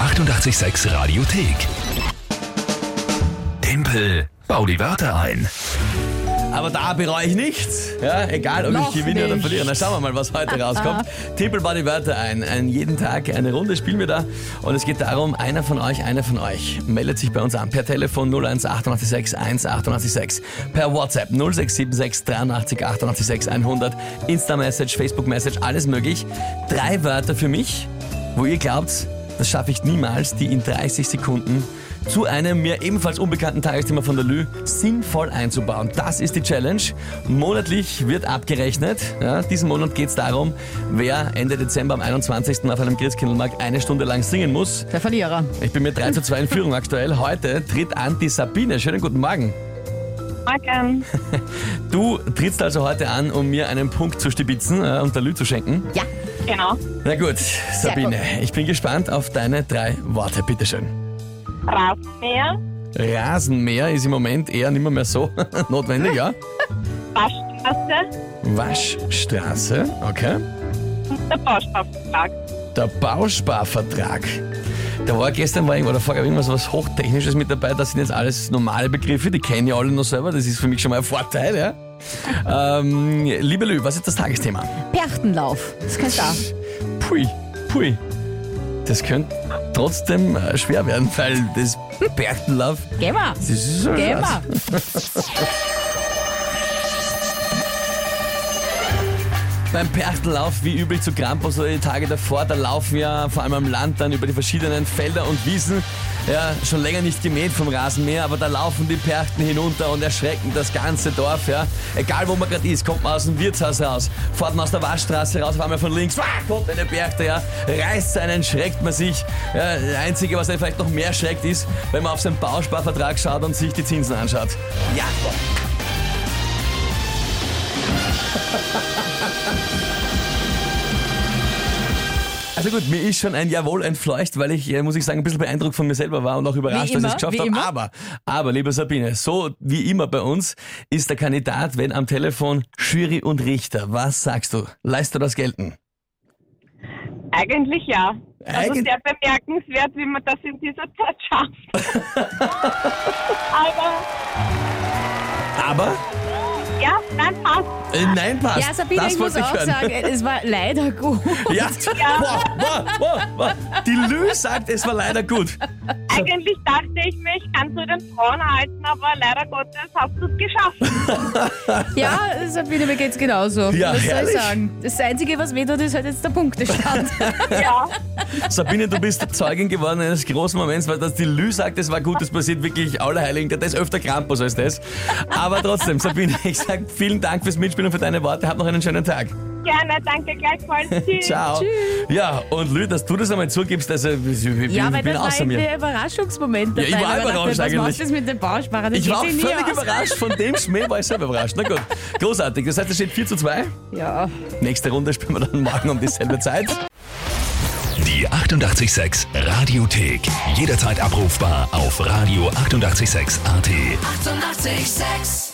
886 Radiothek. Tempel, bau die Wörter ein. Aber da bereue ich nichts. Ah, Ja, egal, ob Noch ich gewinne oder nicht. verliere. Na, schauen wir mal, was heute rauskommt. Tippel war die Wörter ein. ein. Jeden Tag eine Runde spielen wir da. Und es geht darum, einer von euch, einer von euch meldet sich bei uns an. Per Telefon 01886 1886. Per WhatsApp 0676 83 88 100. Insta-Message, Facebook-Message, alles möglich. Drei Wörter für mich, wo ihr glaubt, das schaffe ich niemals, die in 30 Sekunden zu einem mir ebenfalls unbekannten Tagesthema von der Lü sinnvoll einzubauen. Das ist die Challenge. Monatlich wird abgerechnet. Ja, diesen Monat geht es darum, wer Ende Dezember am 21. auf einem Christkindlmarkt eine Stunde lang singen muss. Der Verlierer. Ich bin mit 3 zu 2 in Führung aktuell. Heute tritt an die Sabine. Schönen guten Morgen. Morgen. Du trittst also heute an, um mir einen Punkt zu stibitzen äh, und der Lü zu schenken. Ja. Genau. Na gut, Sabine, ich bin gespannt auf deine drei Worte. Bitteschön. Rasenmäher, Rasenmäher ist im Moment eher nicht mehr so notwendig, ja? Waschstraße Waschstraße, okay. und der Bausparvertrag. Der Bausparvertrag. Da war gestern war irgendwo, da war irgendwas was Hochtechnisches mit dabei. Das sind jetzt alles normale Begriffe, die kenne ich alle noch selber. Das ist für mich schon mal ein Vorteil, ja? ähm, liebe Lü, was ist das Tagesthema? Perchtenlauf. Das kannst du auch. Pui, pui. Das könnte trotzdem äh, schwer werden, weil das Berchtenlauf, Geh mal. Also, das ist so Geh was. mal. Beim Perchtenlauf, wie üblich zu Krampus oder die Tage davor, da laufen ja vor allem am Land dann über die verschiedenen Felder und Wiesen, ja, schon länger nicht gemäht vom Rasenmäher, aber da laufen die Perchten hinunter und erschrecken das ganze Dorf, ja. Egal wo man gerade ist, kommt man aus dem Wirtshaus raus, fährt man aus der Waschstraße raus, auf einmal von links, ah, kommt eine Perchte, ja, reißt einen, schreckt man sich. Ja, das Einzige, was einen vielleicht noch mehr schreckt, ist, wenn man auf seinen Bausparvertrag schaut und sich die Zinsen anschaut. Ja, boah. Also gut, mir ist schon ein Jawohl entfleucht, weil ich, äh, muss ich sagen, ein bisschen beeindruckt von mir selber war und auch überrascht, dass Wie ich immer, es geschafft wie habe. immer. Aber, aber, liebe Sabine, so wie immer bei uns ist der Kandidat, wenn am Telefon Jury und Richter. Was sagst du? Leist du das gelten? Eigentlich ja. also Eigen- sehr bemerkenswert, wie man das in dieser Zeit schafft. Aber Aber? ja, nein, passt. Äh, nein, passt. Ja, Sabine, das ich muss wollte auch ich hören. sagen, es war leider gut. Ja, Boah, boah, boah, boah. die Lü sagt, es war leider gut. Eigentlich dachte ich mir, ich kann zu den Frauen halten, aber leider Gottes hast du es geschafft. Ja, Sabine, mir geht's genauso. Ja, was soll herrlich. ich sagen? Das Einzige, was wehtut, ist halt jetzt der Punktestand. ja. Sabine, du bist Zeugin geworden eines großen Moments, weil das die Lü sagt, das war gut, das passiert wirklich allerheiligen, der ist öfter Krampus als das. Aber trotzdem, Sabine, ich sag vielen Dank fürs Mitspielen und für deine Worte. Hab noch einen schönen Tag. Gerne, danke gleichfalls. Tschüss. Ciao. Ja, und Lü, dass du das einmal zugibst, also ich bin, ja, weil ich bin das war außer irgendwie mir. ein Überraschungsmoment. Ja, ich dabei, war weil man überrascht dachte, Was eigentlich. macht das mit dem Bausparer? Das Ich war auch geht sich nie völlig aus. überrascht von dem Schmäh, war ich selber überrascht. Na gut, großartig. Das heißt, es steht 4 zu 2. Ja. Nächste Runde spielen wir dann morgen um dieselbe Zeit. Die 886 Radiothek. Jederzeit abrufbar auf radio886.at. 886! 886